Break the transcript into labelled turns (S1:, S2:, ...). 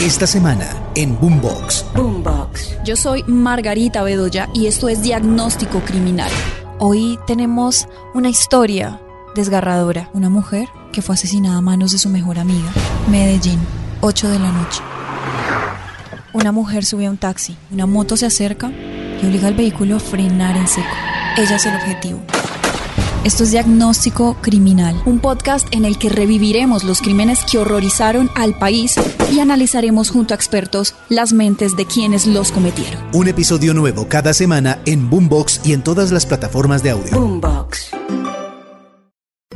S1: Esta semana en Boombox.
S2: Boombox.
S3: Yo soy Margarita Bedoya y esto es Diagnóstico Criminal. Hoy tenemos una historia desgarradora. Una mujer que fue asesinada a manos de su mejor amiga. Medellín, 8 de la noche. Una mujer sube a un taxi, una moto se acerca y obliga al vehículo a frenar en seco. Ella es el objetivo. Esto es Diagnóstico Criminal, un podcast en el que reviviremos los crímenes que horrorizaron al país y analizaremos junto a expertos las mentes de quienes los cometieron.
S1: Un episodio nuevo cada semana en Boombox y en todas las plataformas de audio.
S2: Boombox.